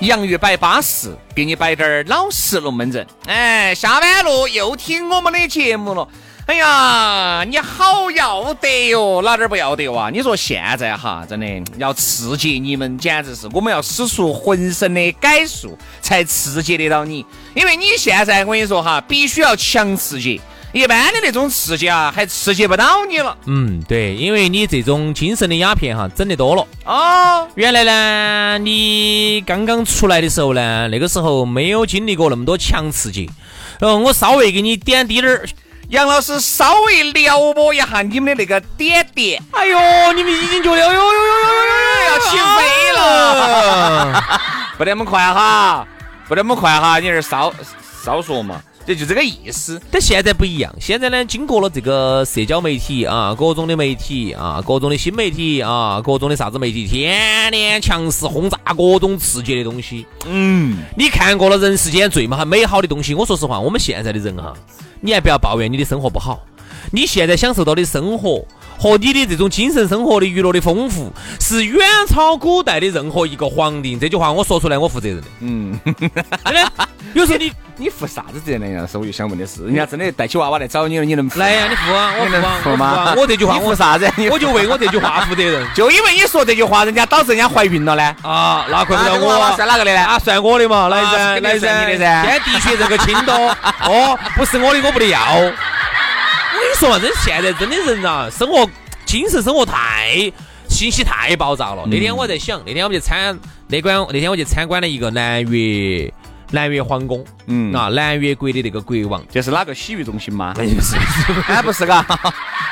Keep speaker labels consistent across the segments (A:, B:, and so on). A: 洋芋摆巴适，给你摆点儿老实龙门阵。哎，下班路又听我们的节目了。哎呀，你好要得哟，哪点儿不要得哇、啊？你说现在哈，真的要刺激你们，简直是我们要使出浑身的解数才刺激得到你。因为你现在我跟你说哈，必须要强刺激，一般的那种刺激啊，还刺激不到你了。
B: 嗯，对，因为你这种精神的鸦片哈，整得多了。
A: 哦，
B: 原来呢，你刚刚出来的时候呢，那个时候没有经历过那么多强刺激，呃，我稍微给你点滴点儿。
A: 杨老师稍微撩拨一下你们的那个点点，
B: 哎呦，你们已经觉得，哎呦呦呦呦呦呦，
A: 要起飞
B: 了！
A: 不得么快哈，不得么快哈，你这儿稍稍说嘛，这就这个意思。
B: 但现在不一样，现在呢，经过了这个社交媒体啊，各种的媒体啊，各种的新媒体啊，各种的啥子媒体，天天强势轰炸各种刺激的东西。
A: 嗯，
B: 你看过了人世间最嘛美好的东西，我说实话，我们现在的人哈，你还不要抱怨你的生活不好，你现在享受到的生活和你的这种精神生活的娱乐的丰富，是远超古代的任何一个皇帝。这句话我说出来，我负责任的。嗯，真的。有时候你
A: 你负啥子责任呢？杨老师，我就想问的是，人家真的带起娃娃来找你了，你能负吗
B: 来呀，你负啊，我
A: 你
B: 负
A: 能
B: 啊，我
A: 负
B: 负啊
A: 吗？，
B: 我这句话
A: 你
B: 我
A: 负啥子？你
B: 我就为我这句话负 责任
A: 就因为你说这句话，人家导致人家怀孕了呢。
B: 啊，那怪不
A: 啊
B: 得
A: 这个
B: 我
A: 娃娃
B: 啊
A: 算哪个的呢？
B: 啊，
A: 啊，
B: 算我的嘛，来噻，
A: 肯定
B: 来
A: 算
B: 噻，
A: 你的噻
B: 现在的确这个 轻多，哦，不是我的我不得要。我跟你说嘛，真现在真的人啊，生活精神生活太信息太爆炸
A: 嗯
B: 了。那天我在想，那天我们去参那关，那天我去参观了一个南越南越皇宫，
A: 嗯
B: 啊，南越国的那个国王。
A: 这是哪个洗浴中心吗？
B: 哎不是不是
A: 哎，不是嘎，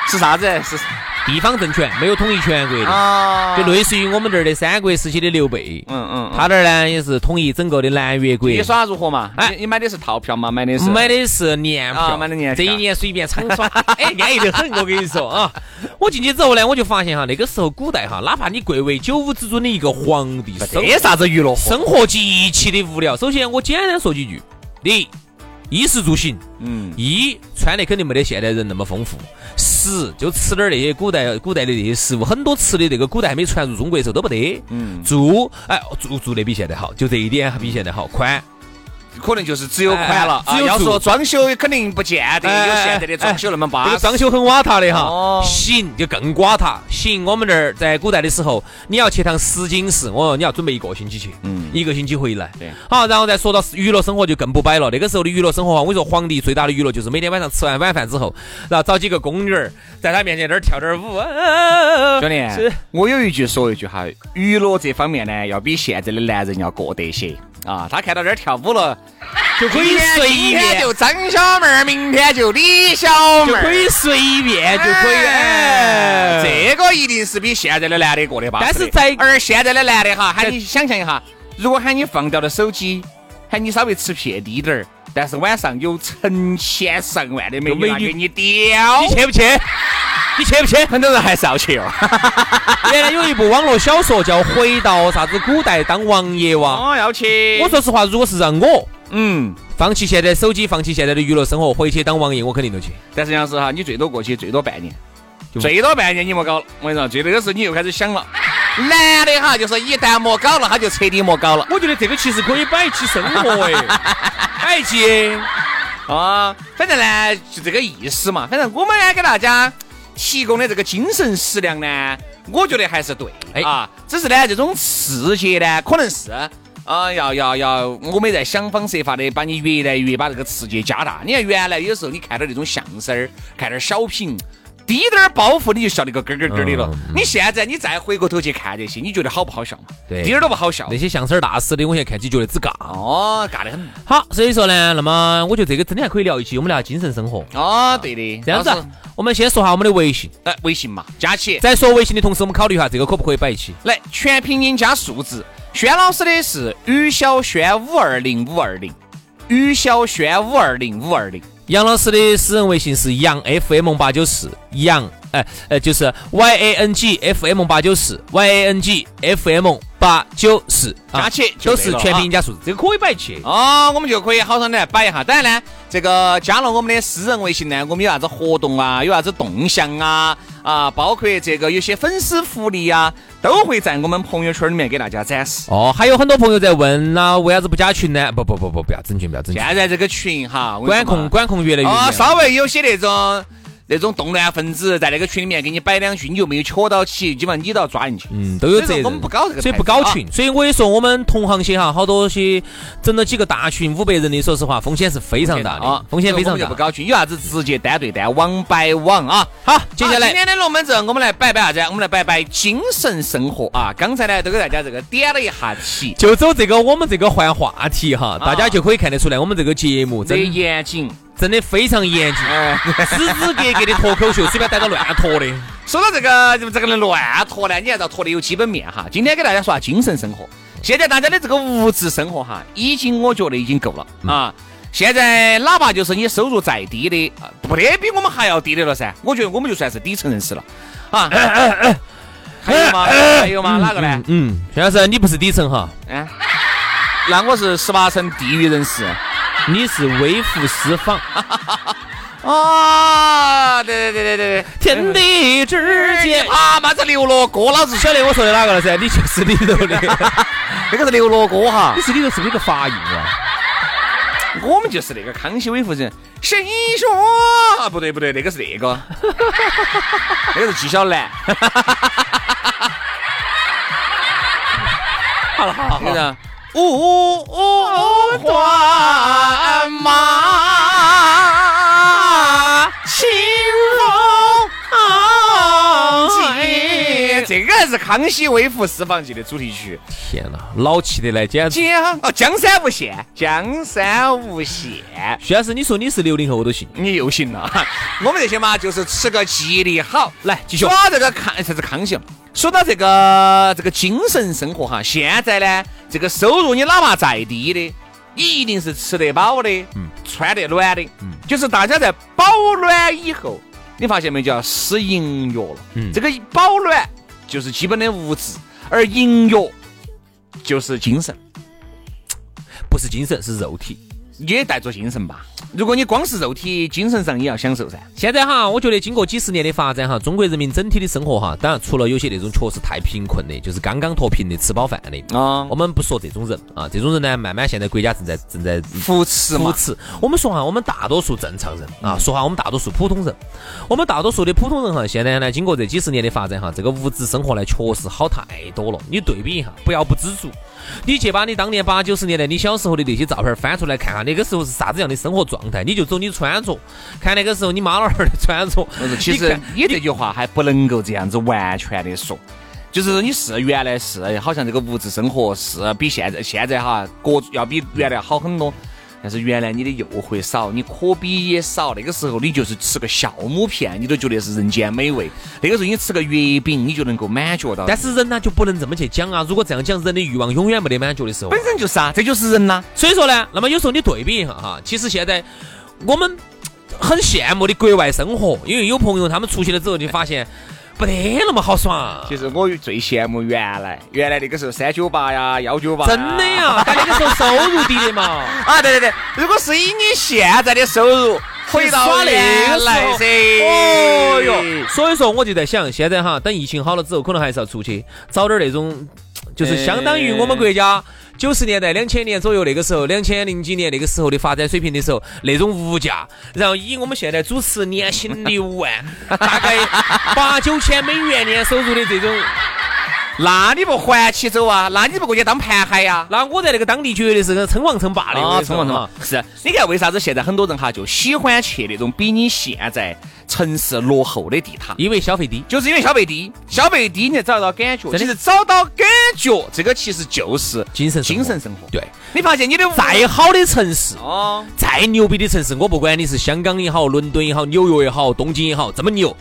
A: 是啥子？是
B: 地方政权没有统一全国的，
A: 啊
B: 就类似于我们这儿的三国时期的刘备。
A: 嗯嗯，
B: 他那儿呢也是统一整个的南越国。
A: 你耍如何嘛？
B: 哎
A: 你你买的是套票吗？买的是
B: 买的是年票，
A: 啊买的年票
B: 这一年随便畅 耍，哎，安逸得很。我跟你说啊，我进去之后呢，我就发现哈，那个时候古代哈，哪怕你贵为九五之尊的一个皇帝，生
A: 没啥子娱乐活
B: 生活极其的无聊。首先，我简单说几句：第一，衣食住行，
A: 嗯，
B: 一穿的肯定没得现代人那么丰富；十就吃点儿那些古代古代的那些食物，很多吃的那个古代还没传入中国的时候都不得。
A: 嗯
B: 住，哎，住住的比现在好，就这一点还比现在好，宽。
A: 可能就是只有宽了
B: 哎
A: 啊。
B: 只有哎
A: 要
B: 住
A: 说装修，肯定不见得有现在的装修那么
B: 哎这
A: 巴
B: 个
A: 适。
B: 装修很瓦塔的
A: 啊哦
B: 哈，行就更瓦塔。行，我们这儿在古代的时候，你要去趟石井寺，我你要准备一个星期去，
A: 嗯
B: 一个星期回来。
A: 对
B: 好，然后再说到娱乐生活就更不摆了。那个时候的娱乐生活啊，我跟你说，皇帝最大的娱乐就是每天晚上吃完晚饭之后，然后找几个宫女儿在他面前这儿跳点儿舞。啊
A: 兄弟
B: 是，
A: 我有一句说一句哈，娱乐这方面呢，要比现在的男人要过得一些啊。他看到这儿跳舞了，
B: 就可以随
A: 今
B: 便
A: 天，就张小妹儿，明天就李小妹
B: 就
A: 儿，
B: 可以随便，就可以
A: 哎
B: 哎，
A: 这个一定是比现在的男的过得巴适的。
B: 但是在
A: 而现在的男的哈，喊你想象一下，如果喊你放掉了手机，喊你稍微吃撇低点儿，但是晚上有成千上万的美
B: 有美
A: 女
B: 女
A: 要给你叼
B: 你，去不去？你去不去？
A: 很多人还是要去哦。
B: 原来有一部网络小说叫《回到啥子古代当王爷哇
A: 哦，要》，去。
B: 我，说实话，如果是让我
A: 嗯，
B: 放弃现在手机，放弃现在的娱乐生活，回去当王爷，我肯定都去。
A: 但是杨老师哈，你最多过去最多半年，
B: 就
A: 最多半年你莫搞了。我跟你说，最多的是你又开始想了。男的哈，就是一旦莫搞了，他就彻底莫搞了
B: 我觉得这个其实可以摆一期生活哎，摆一期。
A: 啊。反正呢，就这个意思嘛。反正我们呢给大家提供的这个精神食粮呢，我觉得还是对、
B: 哎
A: 啊。只是呢，这种刺激呢，可能是。啊，要要要！我们在想方设法的把你越来越把这个刺激加大。你看原来有时候你看点那种相声儿，看点小品，低点儿包袱你就笑得个咯咯咯的了。你现在你再回过头去看这些，你觉得好不好笑嘛？
B: 对
A: 一点儿都不好笑
B: 那。些相声大师的，我现在看起觉得只尬。
A: 哦，尬得很。
B: 好，所以说呢，那么我觉得这个真的还可以聊一期，我们聊精神生活。
A: 哦，对的，
B: 这样子
A: 老师
B: 啊，我们先说下我们的微信，
A: 呃，微信嘛，加起，
B: 在说微信的同时，我们考虑一下这个可不可以摆一期。
A: 来全拼音加数字。轩老师的是于小轩五二零五二零，于小轩五二零五二零。
B: 杨老师的私人微信是杨 FM 八九四，杨哎呃就是 Y A N G F M 八九四，Y A N G F M 八九四，
A: 加起就
B: 都
A: 对
B: 是
A: 了
B: 全
A: 啊
B: 拼音加数字，这个可以摆一期。
A: 哦，我们就可以好生地来摆一下。当然呢，这个加了我们的私人微信呢，我们有啥子活动啊，有啥子动向啊，啊，包括这个有些粉丝福利啊，都会在我们朋友圈里面给大家展示。
B: 哦，还有很多朋友在问啦，为啥子不加群呢？不不不不，不要整群，不要整群，
A: 现在这个群哈，我跟你
B: 管
A: 说嘛
B: 控管控越来越
A: 啊，
B: 严。
A: 稍微有些那种那种动乱分子在那个群里面给你摆两句，你又没有戳到起，基本上你都要抓进去。
B: 嗯，都有责
A: 所以
B: 任。
A: 说我们不搞这个
B: 所以
A: 牌
B: 不
A: 子
B: 搞
A: 啊
B: 群。所以我也说，我们同行些哈，好多些整了几个大群，五百人的，说实话，风险是非常大的，风险
A: 啊
B: 非
A: 我
B: 常
A: 们就
B: 大
A: 不。搞群，有啥子直接单对单，网摆网啊。
B: 好，接下
A: 好今
B: 来
A: 天的龙门阵，我们来摆摆啥子？我们来摆摆精神生活啊！刚才呢，都给大家这个点了一下题，
B: 就走这个我们这个换话题哈，大家就可以看得出来，我们这个节目
A: 这
B: 真
A: 严谨。
B: 真的非常严谨，
A: 哎，嗯
B: 支支格格的脱口秀，随便逮个乱 脱的。
A: 说到这个这个乱脱呢，你还是要脱的有基本面哈。今天给大家说下精神生活。现在大家的这个物质生活哈，已经我觉得已经够了
B: 嗯
A: 啊。现在哪怕就是你收入再低的，啊不得比我们还要低的了噻。我觉得我们就算是底层人士了 啊。还有吗？还有吗？哪个呢？
B: 嗯，薛老师，你不是底层哈，
A: 哎，那我是十八层地狱人士。
B: 你是微服私访，
A: 啊，对对对对对，
B: 天地之 间。
A: 啊妈这刘罗锅，老子
B: 晓得我说的哪个了噻？你就是里头 的，
A: 那个是刘罗锅哈
B: 你，是里头是不是有个发音啊？
A: 我们就是那个康熙微服人，谁说？啊，不对不对，那个是那 个，那个是纪晓岚。
B: 好了好了
A: 那个是五环马，清
B: 哦
A: 风记。这个是康熙微服私访记的主题曲。
B: 天哪，老气得来，简直！
A: 江哦，江山无限，江山无限。
B: 薛老师，你说你是六零后都行。
A: 你又信了， 我们这些嘛，就是吃个吉利好。
B: 来，继续
A: 说。到这个康，啥子康熙？说到这个这个精神生活哈，现在呢，这个收入你哪怕再低的，你一定是吃得饱的，嗯，穿得暖的，嗯，就是大家在保暖以后，你发现没？就要吃营养了。嗯，这个保暖就是基本的物质，而营养就是精神。
B: 不是精神，是肉体。
A: 也带着精神吧。如果你光是肉体，精神上也要享受噻。
B: 现在哈，我觉得经过几十年的发展哈，中国人民整体的生活哈，当然除了有些那种确实太贫困的，就是刚刚脱贫的、吃饱饭的
A: 啊
B: 我们不说这种人啊，这种人呢，慢慢现在国家正在正在
A: 扶持
B: 扶
A: 嘛，嗯
B: 持。我们说哈，我们大多数正常人啊，说哈我们大多数普通人，我们大多数的普通人哈，现在呢，经过这几十年的发展哈，这个物质生活呢，确实好太多了。你对比一下，不要不知足。你去把你当年八九十年代你小时候的那些照片翻出来看看，那个时候是啥子样的生活状态，你就走你穿着，看那个时候你妈老汉儿的穿着
A: 我说。其实你这句话还不能够这样子完全的说，就是你是原来是哎好像这个物质生活是比现在现在哈各要比原来好很多，但是原来你的诱惑少，你可比也少。那个时候你就是吃个酵母片，你都觉得是人间美味；那个时候你吃个月饼，你就能够满足到。
B: 但是人呢就不能这么去讲啊！如果这样讲，人的欲望永远没得满足的时候啊。
A: 本身就是啊，这就是人呐、
B: 所以说呢，那么有时候你对比一下哈，其实现在我们很羡慕的国外生活，因为有朋友他们出去了之后，就发现不得那么好耍。
A: 其实我最羡慕原来，原来那个时候三九八呀、幺九八，
B: 真 的呀，他那个时候收入低的嘛，
A: 啊！对对对，如果是以你现在的收入回到
B: 耍那
A: 原
B: 个时
A: 来
B: 候
A: 噻。哎
B: 哦哟，所以说我就在想，现在哈，等疫情好了之后，可能还是要出去找点那种，哎就是相当于我们国家九十年代、两千年左右那个时候，两千零几年那个时候的发展水平的时候，那种物价，然后以我们现在主持年薪六万，大概 八九千美元年收入的这种，
A: 那你不还起走啊？那你不过去当盘海呀？
B: 那我在那个当地绝对是个称王称霸的
A: 啊，冲浪冲浪
B: 啊！
A: 是，你看为啥子现在很多人哈就喜欢去那种比你现在城市落后的地摊，
B: 因为消费低。
A: 就是因为消费低，消费低你才找到感觉。
B: 真的
A: 其实找到感觉，这个其实就是
B: 精神生活
A: 精神生活。
B: 对，
A: 你发现你的
B: 再好的城市，
A: 哦，
B: 再牛逼的城市，我不管你是香港也好，伦敦也好，纽约也好，东京也好，这么牛，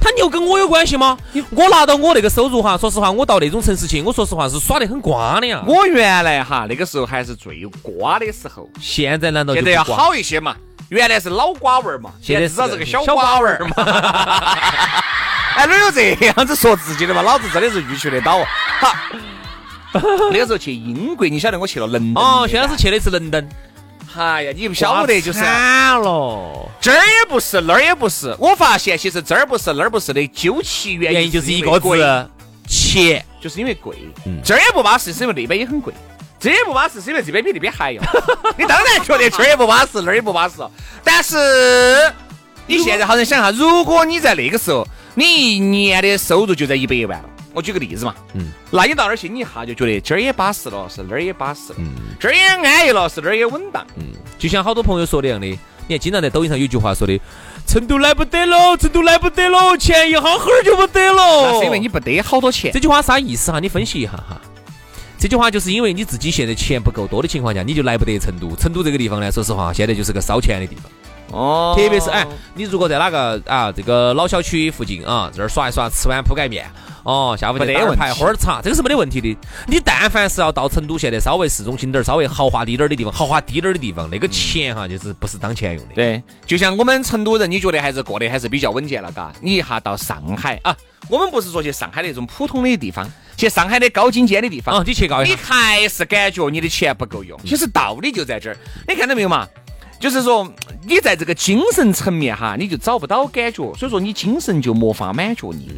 B: 它牛跟我有关系吗？我拿到我那个收入哈，说实话，我到那种城市去，我说实话是耍得很瓜的呀。
A: 我原来哈那个时候还是最瓜的时候，
B: 现在难道就
A: 现
B: 不
A: 在要
B: 瓜？
A: 好一些嘛。原来是老瓜娃儿嘛，
B: 现
A: 现在
B: 在是
A: 至少是个小
B: 小
A: 瓜娃
B: 瓜
A: 儿嘛。 哎，哪有这样子说自己的嘛？老子真的是预期得到哦。 好，那个时候去英国，你晓得我去了伦敦
B: 哦，
A: 那
B: 薛
A: 边
B: 老师去的是伦敦，
A: 哎呀，你不晓得就是
B: 惨了。
A: 这儿也不是，那儿也不是。我发现其实这儿不是那儿不是的究其原因，
B: 原因就是一
A: 因
B: 个
A: 为贵，
B: 字，钱。
A: 就是因为贵。
B: 嗯
A: 这儿也不巴适，是因为那边也很贵。这儿也不巴适，是因为这边比那边还 要。你当然觉得这儿也不巴适，那儿也不巴适了。但是你现在好生想哈，如果你在那个时候，你一年的收入就在一百万了。我举个例子嘛，嗯，那你到那儿去，你一下就觉得这儿也巴适了，是那儿也巴适了，
B: 嗯
A: 这儿也安逸了，是那儿也稳当。
B: 就像好多朋友说的样的，你看经常在抖音上有句话说的：“成都来不得喽，成都来不得喽，钱一哈哈儿就不得喽。”
A: 那是因为你不得好多钱。
B: 这句话啥意思哈？你分析一下哈。这句话就是因为你自己现在钱不够多的情况下，你就来不得成都。成都这个地方呢，说实话，现在就是个烧钱的地方。
A: 哦
B: 特别是哎，你如果在哪个啊这个老小区附近啊，这儿耍一耍，吃碗铺盖面，哦，下午再
A: 没得
B: 打点
A: 问
B: 牌，
A: 题
B: 喝点儿茶，这个是没得问题的。你但凡是要到成都现在稍微市中心点儿、稍微豪华低点儿的地方、豪华低点儿的地方，那个钱哈，就是不是当钱用的。
A: 嗯对，就像我们成都人，你觉得还是过得还是比较稳健了，嘎。你一下到上海啊，我们不是说去上海那种普通的地方，去上海的高精尖的地
B: 啊
A: 方，，
B: 你去告一
A: 你
B: 下。嗯
A: 还是感觉你的钱不够用。其实道理就在这儿，你看到没有嘛？就是说，你在这个精神层面哈，你就找不到感觉，所以说你精神就没法满足你。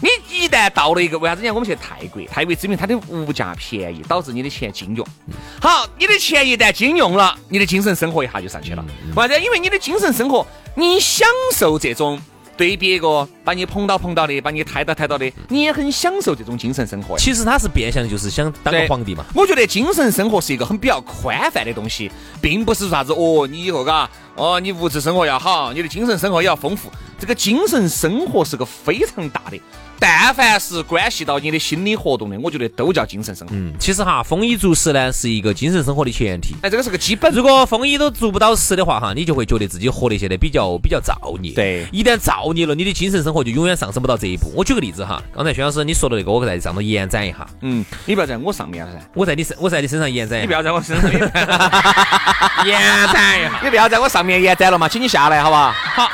A: 你一旦到了一个，为啥子？你看我们去泰国，泰国证明它的物价便宜，导致你的钱经用。
B: 嗯
A: 好，你的钱一旦经用了，你的精神生活一下就上去了。
B: 嗯
A: 为啥子？因为你的精神生活，你享受这种对别个把你捧到捧到的，把你抬到抬到的，你也很享受这种精神生活呀。
B: 其实他是变相就是想当个
A: 对
B: 皇帝嘛。
A: 我觉得精神生活是一个很比较宽泛的东西，并不是啥子哦，你以后嘎，哦，你物质生活要好，你的精神生活也要丰富。这个精神生活是个非常大的，但凡是关系到你的心理活动的，我觉得都叫精神生活。
B: 嗯，其实哈，丰衣足食呢是一个精神生活的前提。
A: 哎，这个是个基本。
B: 如果丰衣都足不到食的话，哈，你就会觉得自己活得现在比较比较造孽。
A: 对
B: 一旦造孽了，你的精神生活就永远上升不到这一步。我举个例子哈，刚才薛老师你说的那个，我在上头延展一下，
A: 嗯，你不要在我上面了噻，
B: 我在你身，我在你身上延展
A: 你
B: 一
A: 不
B: 下，
A: 要在我身 上，哎
B: 延展一下。
A: 你不要在 我上面延展了嘛，请你下来好不好？
B: 好，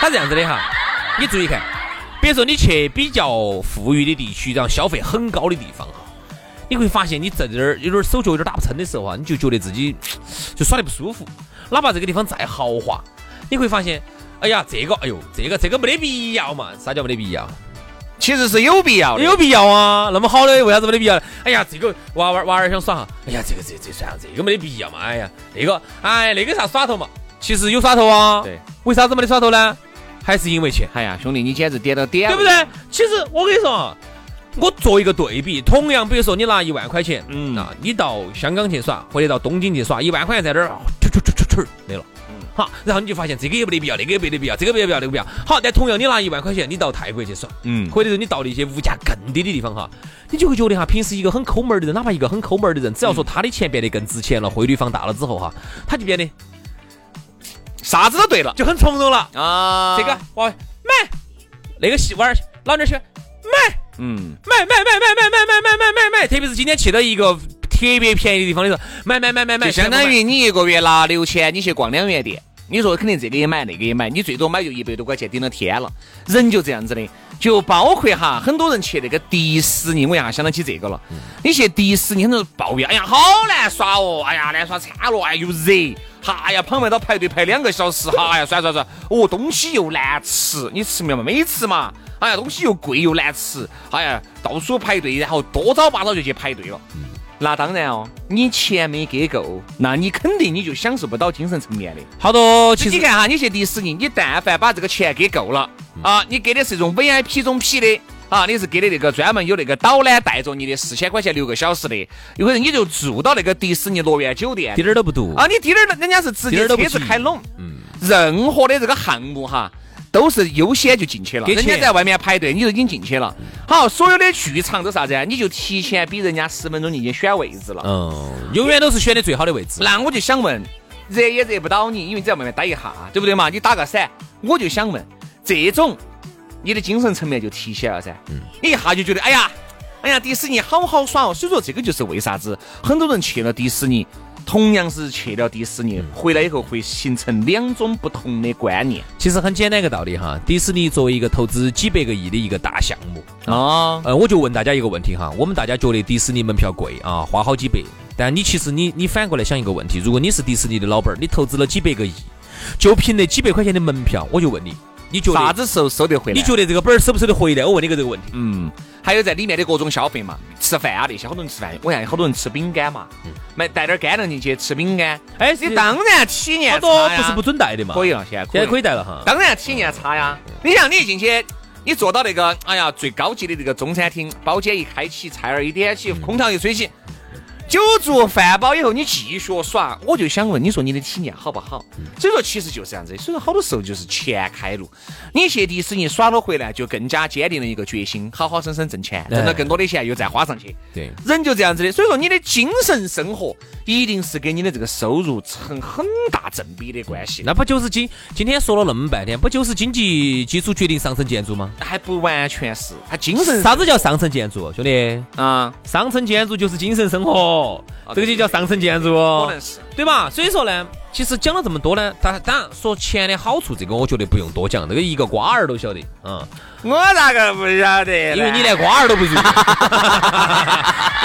B: 它这样子的哈，你注意看，比如说你去比较富裕的地区，然后消费很高的地方哈，你会发现你在这儿有点手脚有点打不撑的时候啊，你就觉得自己就耍得不舒服，哪怕这个地方再豪华，你会发现，哎呀，这个，哎呦，这个这个没得必要嘛，啥叫没得必要？
A: 其实是有必要的。
B: 有必要啊，那么好的为啥子没得必要呢？哎呀，这个娃娃娃儿想耍哈，哎呀，这个这这算了，这个没得必要嘛，哎呀，那个哎那个啥耍头嘛，其实有耍头啊，
A: 对，
B: 为啥子没得耍头呢？还是因为钱，
A: 哎呀，兄弟，你简直点到点，
B: 对不？对？其实我跟你说啊，我做一个对比，同样比如说你拿一万块钱，嗯啊，你到香港去耍，或者到东京去耍，一万块钱在这儿，突突突突突没了。好，然后你就发现这个也没得必要，那个也没得必要，这个没得必要，那个不要。好，但同样你拿一万块钱，你到泰国去耍，
A: 嗯，
B: 或者是你到了一些物价更低的地方哈，你就会觉得哈，平时一个很抠门儿的人，哪怕一个很抠门儿的人，只要说他的钱变得更值钱了，汇率放大了之后哈，他就变得
A: 啥子都对了
B: 就很从容了。
A: 啊。
B: 这个，哇买，那个媳妇儿老娘儿去买
A: 嗯，
B: 买买买买买买买买买买买，特别是今天去到一个特别便宜的地方的时候，买买买买买，
A: 就相当于你一个月拿六千，你去逛两元店。你说肯定这个也买，那个也买，你最多买就一百多块钱，顶了天了。人就这样子的，就包括哈，很多人去那个迪士尼，我一下想到起这个了。你去迪士尼，很多人抱怨，哎呀，好难耍哦，哎呀，难耍惨了，哎呦热，哈哎呀，旁边都排队排两个小时，哈哎呀，算算算，哦，东西又难吃，你吃没有嘛？没吃嘛。哎呀，东西又贵又难吃，哎呀，到处排队，然后多早八早就去排队了。那当然哦，你钱没给够，那你肯定你就享受不到精神层面的。
B: 好多其
A: 你
B: 实
A: 看哈，你去迪士尼，你但凡把这个钱给够了
B: 嗯
A: 啊，你给的是一种 VIP 中 P 的啊，你是给的那个专门有那个导览带着你的四千块钱六个小时的，有可能你就住到那个迪士尼乐园酒店
B: 滴点儿都不毒
A: 啊，你滴点儿人家是直
B: 滴点
A: 接
B: 儿都不嗯
A: 车子
B: 急
A: 开拢，任何的这个项目哈。都是优先就进去了，
B: 给
A: 人家
B: 钱嗯
A: 在外面排队，你就已经进去了。好，所有的剧场都啥子啊？你就提前比人家十分钟你已经选位置了。
B: 嗯，永远都是选的最好的位置。
A: 那我就想问，热也热不到你，因为你在外面待一下，对不对嘛？你打个伞，我就想问，这种你的精神层面就提起来了噻。你一下就觉得，哎呀，哎呀，迪士尼好好耍哦。所以说，这个就是为啥子很多人去了迪士尼，同样是去了迪士尼，回来以后会形成两种不同的观念
B: 其实很简单一个道理哈，迪士尼作为一个投资几百个亿的一个大项目，
A: 啊。
B: 呃，我就问大家一个问题哈，我们大家觉得迪士尼门票贵啊，花好几百，但你其实你你反过来想一个问题，如果你是迪士尼的老板儿，你投资了几百个亿，就凭那几百块钱的门票，我就问你，你觉
A: 啥子
B: 得
A: 时候收得回来？
B: 你觉得这个本儿收不收得回来？我问你个这个问题，
A: 嗯，还有在里面的各种消费嘛，吃饭啊那些，好多人吃饭，我看好多人吃饼干嘛，买带点干粮进去吃饼干。
B: 哎
A: 你当然体验
B: 好多
A: 差
B: 不
A: 呀
B: 是不准带的嘛，
A: 可以了，现在
B: 现在可
A: 以，
B: 以带了哈。
A: 当然体验差呀。你像你进去，你坐到那个哎呀最高级的那个中餐厅，包间一开起，菜儿一点起，空调一吹起。酒足饭饱以后，你继续耍，我就想问，你说你的体验好不好？
B: 嗯
A: 所以说，其实就是这样子。所以说，好多时候就是钱开路。你去迪士尼耍了回来，就更加坚定了一个决心，好好生生挣钱，挣到更多的钱又再花上去。
B: 对，
A: 人就这样子的。所以说，你的精神生活一定是跟你的这个收入成很大正比的关系。
B: 那不就是经今天说了那么半天，不就是经济基础决定上层建筑吗？
A: 还不完全是，他精神
B: 啥子叫上层建筑，兄弟？
A: 啊，
B: 上层建筑就是精神生活，这个就叫上层建筑，
A: 可啊能是
B: 对吧？所以说呢，其实讲了这么多呢，当当然说钱的好处，这个我觉得不用多讲，这个一个瓜儿都晓得，嗯，
A: 我咋个不晓得呢？
B: 因为你连瓜儿都 不如，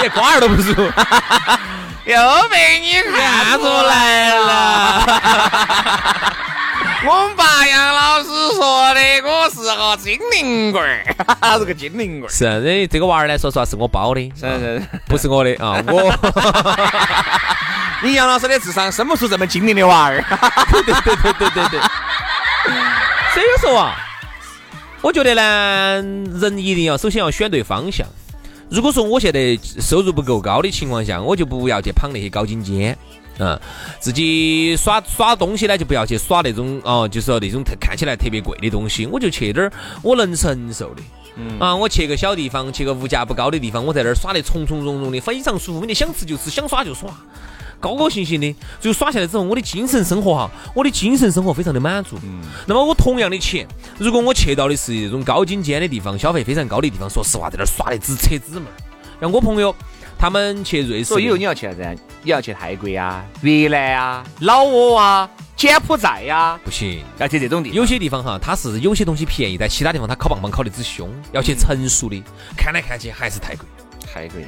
B: 连瓜儿都不如，
A: 又被你看出 来了。我们八杨老师说的，我是个精灵棍儿，他 是个精灵棍儿。
B: 是，啊这这个娃儿呢，说实话是我包的，
A: 是啊是， 是
B: 不是我的啊， 我。
A: 你杨老师的智商生不出这么精灵的娃儿。
B: 对对对对对。所以说啊，我觉得呢，人一定要首先要选对方向。如果说我现在收入不够高的情况下，我就不要去捧那些高精尖。嗯，自己耍耍东西呢，就不要去耍那种哦，就是说那种特看起来特别贵的东西，我就去点儿我能承受的。
A: 嗯
B: 啊，我去个小地方，去个物价不高的地方，我在那儿耍得从从容容的，非常舒服。你想吃就吃，想耍就耍，高高兴兴的。最后耍下来之后，我的精神生活哈，我的精神生活非常的满足。
A: 嗯
B: 那么我同样的钱，如果我去到的是那种高精尖的地方，消费非常高的地方，说实话，在那儿耍得直扯纸门儿。像我朋友他们去瑞士
A: 所以以后
B: 的，
A: 你要去啥子啊？你要去泰国呀、越南呀、老挝啊、柬埔寨呀，
B: 不行。
A: 要去这种地方。
B: 有些地方哈，它是有些东西便宜，但其他地方它烤棒棒烤得之凶，要去成熟的，看来看去还是太贵。
A: 泰国，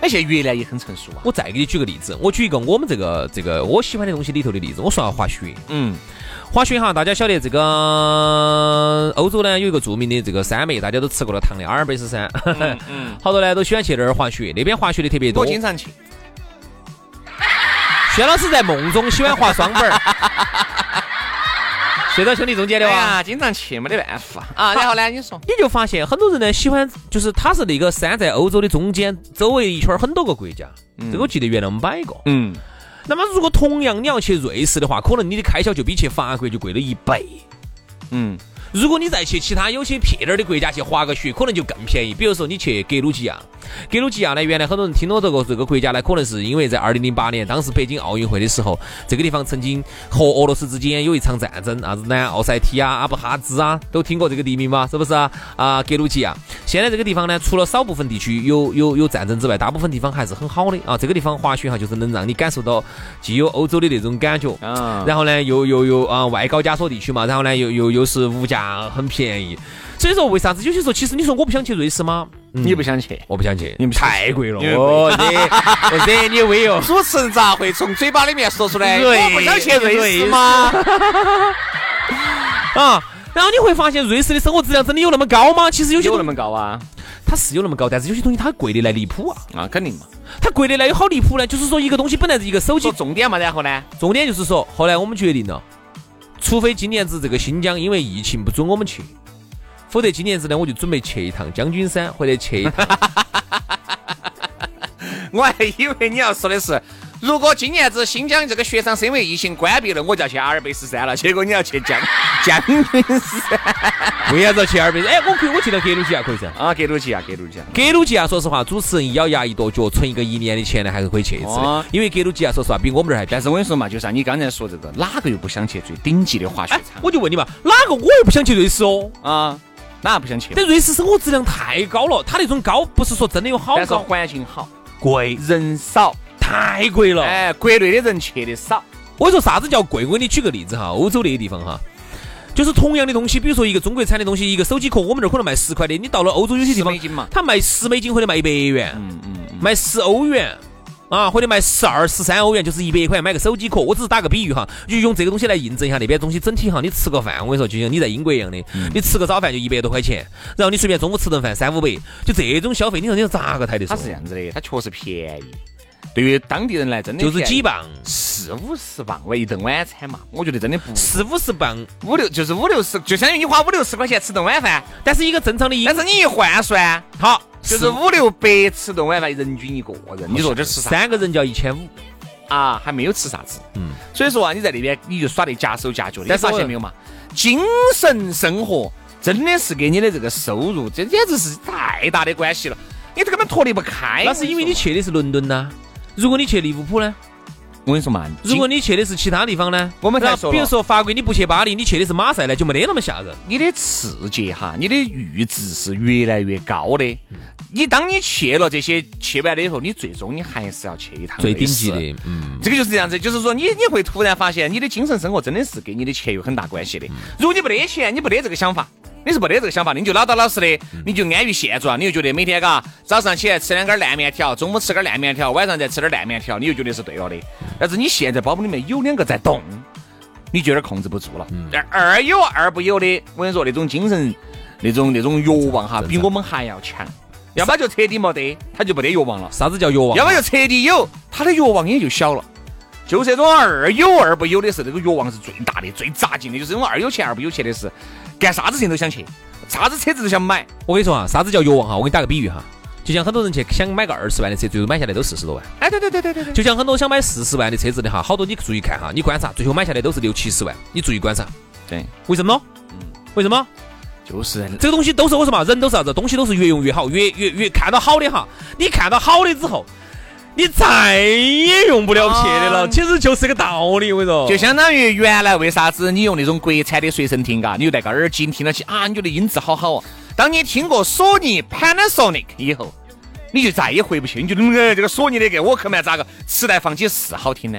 A: 哎，现在越南也很成熟啊。
B: 我再给你举个例子，我举一个我们这个这个我喜欢的东西里头的例子，我说要滑雪。
A: 嗯，
B: 滑雪哈，大家晓得这个欧洲呢有一个著名的这个山脉，大家都吃过了糖的阿尔卑斯山，好多呢都喜欢去那儿滑雪，那边滑雪的特别多
A: 我。经常去。
B: 薛老师在梦中喜欢滑双板儿，睡到兄弟中间的
A: 对
B: 哇。
A: 呀，经常去，没得办法啊。然后呢，你说，
B: 你就发现很多人呢喜欢，就是它是那个山在欧洲的中间，周围一圈儿很多个国家，这个我记得原来我们摆过。
A: 嗯，
B: 那么如果同样你要去瑞士的话，可能你的开销就比去法国就贵了一倍。
A: 嗯，
B: 如果你再去其他有些撇点儿的国家去滑个雪，可能就更便宜。比如说你去格鲁吉亚，格鲁吉亚呢，原来很多人听到这个这个国家呢，可能是因为在二零零八年当时北京奥运会的时候，这个地方曾经和俄罗斯之间有一场战争，啥子南奥塞梯啊、阿布哈兹啊，都听过这个地名吗？是不是啊？啊，格鲁吉亚。现在这个地方呢，除了少部分地区有有有战争之外，大部分地方还是很好的啊。这个地方滑雪哈，就是能让你感受到既有欧洲的那种感觉，
A: 啊，
B: 然后呢，又又又啊、外高加索地区嘛，然后呢，又又又是物价很便宜，所以说为啥子有些时候，其实你说我不想去瑞士吗？嗯
A: 你不，想去？
B: 我不想去，
A: 你不想去
B: 太贵了，
A: 因为
B: 哦， 你我惹你威哦。
A: 主持人咋会从嘴巴里面说出来？
B: 瑞
A: 我不想去瑞士吗？
B: 啊，然后你会发现瑞士的生活质量真的有那么高吗？其实有些
A: 有那
B: 东
A: 么高啊？
B: 它是有那么高，但是有些东西它贵的来离谱啊！
A: 啊，肯定嘛。
B: 它贵的来有好离谱呢，就是说一个东西本来是一个手机
A: 说，重点嘛，然后呢？
B: 重点就是说，后来我们决定了，除非今年子这个新疆因为疫情不准我们去，否则今年子呢我就准备去一趟将军山或者去一趟。
A: 我还以为你要说的是，如果今年子新疆这个雪场是因为疫情关闭了，我就要去阿尔卑斯山了。结果你要去 将将军山
B: 为啥子要去哈尔滨？哎，我可以，我去趟格鲁吉亚可以噻。
A: 啊，格鲁吉亚，格鲁吉亚。
B: 格鲁吉亚，说实话，主持人一咬牙一跺脚，存一个一年的钱呢，还是可以去一次的
A: 哦。
B: 因为格鲁吉亚，说实话，比我们这儿还便宜。
A: 但是我跟你说嘛，就是啊你刚才说这个，哪个又不想去最顶级的滑雪
B: 哎，
A: 场
B: 我就问你嘛，哪个我又不想去瑞士哦？
A: 啊？哪不想去？
B: 但瑞士生活质量太高了，它那种高不是说真的有好
A: 但是
B: 高，
A: 环境好，
B: 贵
A: 人少，
B: 太贵了。
A: 哎，国内的人去的少。
B: 我说啥子叫贵？我给你举个例子哈，欧洲那些地方哈，就是同样的东西，比如说一个中国产的东西，一个手机壳，我们这儿可能卖十块的，你到了欧洲有些地
A: 十
B: 方
A: 美金嘛，
B: 它卖十美金或者卖一百元，
A: 啊嗯嗯，
B: 卖十欧元。啊，或者卖十二、十三欧元，就是一百块买个手机壳。我只是打个比喻哈，就用这个东西来印证一下那边东西整体哈。你吃个饭，我跟你说，就像你在英国一样的，
A: 嗯
B: 你吃个早饭就一百多块钱，然后你随便中午吃顿饭三五百，就这种消费，你说你说咋个抬得
A: 它
B: 上
A: 是？这样子的，它确实便宜。对于当地人来，真的
B: 就是几
A: 百
B: 磅，
A: 四五十磅为一顿晚餐嘛，我觉得真的不
B: 四五十磅，
A: 五六就是五六十，就相当于你花五六十块钱吃顿晚饭，
B: 但是一个正常的英
A: 但是你一换算，
B: 好
A: 就是五六百吃顿晚饭，人均一个人，你说这吃啥
B: 三个人就要一千五，
A: 啊？还没有吃啥子，嗯，所以说啊，你在那边你就耍得夹手夹脚的，
B: 但
A: 你
B: 是我
A: 发现没有嘛？精神生活真的是给你的这个收入，这简直是太大的关系了，你这根本脱离不开。
B: 那是因为你去的是伦敦呐、如果你去利物浦呢？
A: 我跟你说嘛，
B: 如果你去的是其他地方呢？
A: 我们才
B: 那
A: 说了嗯
B: 比如说法国，你不去巴黎，你去的是马赛呢，就没得那么吓人。
A: 你的刺激哈，你的阈值是越来越高的。你当你去了这些去完了以后，你最终你还是要去一趟
B: 最
A: 瑞
B: 顶
A: 士
B: 级的，嗯，
A: 这个就是这样子，就是说你你会突然发现，你的精神生活真的是跟你的钱有很大关系的。如果你没得钱，你没得这个想法，你是没得这个想法的，你就老老老实的，你就安于现状，你就觉得每天嘎早上起来吃两根烂面条，中午吃根烂面条，晚上再吃点烂面条，你就觉得是对了的。但是你现在包包里面有两个在动，你就有点控制不住了。但二有二不有的，我跟你说，那种精神，那种那种欲望哈，
B: 正常
A: 比我们还要强。要么就彻底没得，他就没得欲望了。
B: 啥子叫欲望？
A: 要么就彻底有，他的欲望也就小了。就这种二有二不有的时候，这个欲望是最大的、最扎劲的，就是这种二有钱二不有钱的是，干啥子事情都想去，啥子车子都想买。
B: 我跟你说啊，啥子叫欲望哈？我给你打个比喻哈，就像很多人去想买个二十万的车，最后买下来都四十多万；
A: 哎，对对对对对对，
B: 就像很多想买四十万的车子的哈，好多你注意看哈，你观察，最后买下来都是六七十万。你注意观察，
A: 对，
B: 为什么呢？
A: 嗯
B: 为什么？
A: 就是
B: 这个东西都是我说嘛，人都是啥子，东西都是越用越好，越越越看到好的哈，你看到好的之后，你再也用不了撇的了，
A: 啊
B: 其实就是个道理，我跟你说。
A: 就相当于原来为啥子你用那种国产的随身听啊嘎，你又戴个耳机你听到起啊，你觉得音质好好哦。当你听过索尼 Panasonic 以后，你就再也回不去，你觉得嗯哎这个索尼的给我克曼咋个磁带放起是好听呢？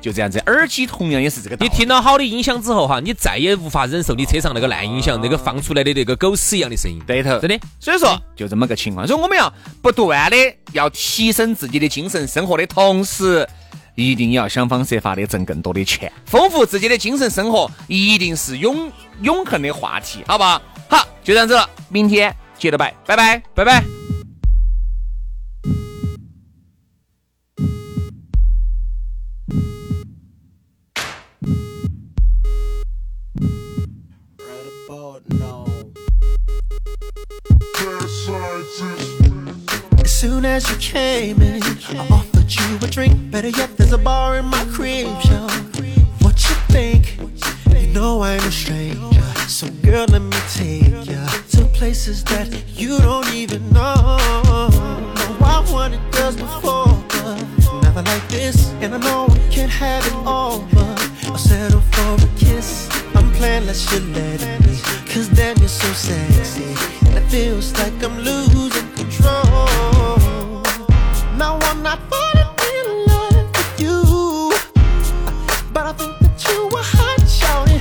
A: 就这样子，耳机同样也是这个道
B: 你
A: 理。
B: 听到好的音响之后哈，你再也无法忍受你车上那个烂音
A: 啊
B: 响，那个放出来的那个狗屎一样的声音。
A: 对头，
B: 真的。
A: 所以说就这么个情况，所以我们要不断的要提升自己的精神生活的同时，一定要想方设法的挣更多的钱，丰富自己的精神生活，一定是永永恒的话题，好不好？好，就这样子了，明天接着拜，拜拜，拜拜。
C: right about now. As soon as you came in, I offered you a drink. Better yet, there's a bar in my crib, yo. What you think? You know I'm a stranger. So girl, let me take ya to places that you don't even know. No, I wanted girls before, but nothing like this. And I know I can't have it all, but I'll settle for a kiss. I'm playing, let you let me. Cause damn, you're so sexy. And it feels like I'm losing control. No, I'm not falling in love with you. But I think that you were hot shouting.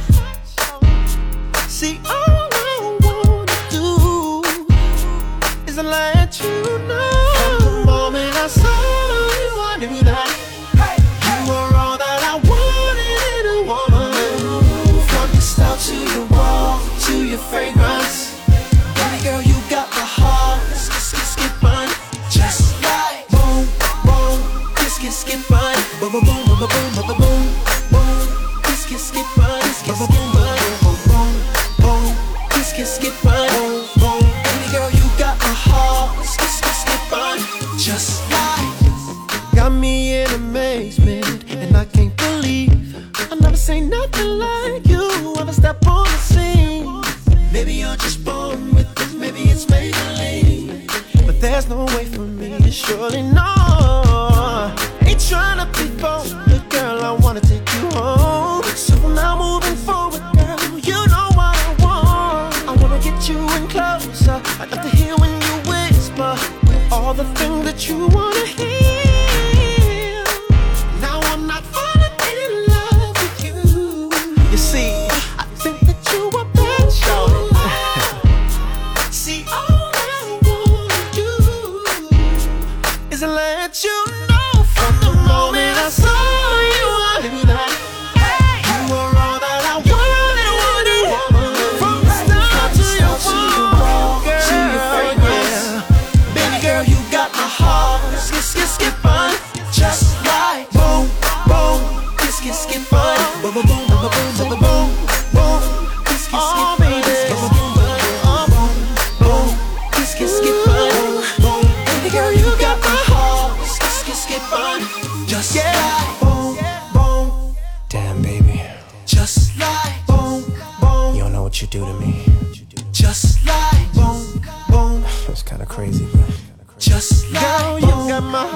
C: See, all I wanna do is let you know. From the moment I saw you, I knew that. You were all that I wanted in a woman. From your style to your wall to your fragrance. Baby girl, you got the heart. Skip, skip, skip, run. Just like boom, boom. Skip, skip, skip, run. Boom, boom, boom, boom, boom, boom, boom, boom. Skip, skip, skip, run. Skip, skip, skip, run. Boom, boom, boom. Skip, skip, skip, run. Boom, boom. Baby girl, you got the heart. Skip, skip, skip, run. Just like got me in amazement, and I can't believe I never seen nothing like you. When I step on the scene. Maybe you're just born with this, maybe it's Maybelline. But there's no way for me to surely know. Ain't tryna be bold, but girl, I wanna take you home. So now moving forward, girl, you know what I want. I wanna get you in closer. I'd love to hear when you whisper all the things that you wanna hear. Now I'm not falling in love with you. You see, I think that you are bad, shorty. See, all I wanna do is let you know from the moment I saw you, I knew that. You were all that I wanted, wanted, woman. From the start to your walk, girl, yeah. Baby girl, you got my heart. Skip, skip, skip, fun. Just like boom, boom. Skip, skip, skip, fun. Boom, boom, boom, boom, boom, boom, boom, boom. Skip, skip,
D: Oh,
C: skip, baby. Skip, skip, fun. Boom. Baby girl, you got my heart. Skip, skip, skip, fun. Just like boom, boom.
D: Damn, baby.
C: Just like boom,
D: You
C: boom.
D: don't know what you do to me.
C: Just like boom, boom.
D: It's kind of crazy, but.
C: Just like boom.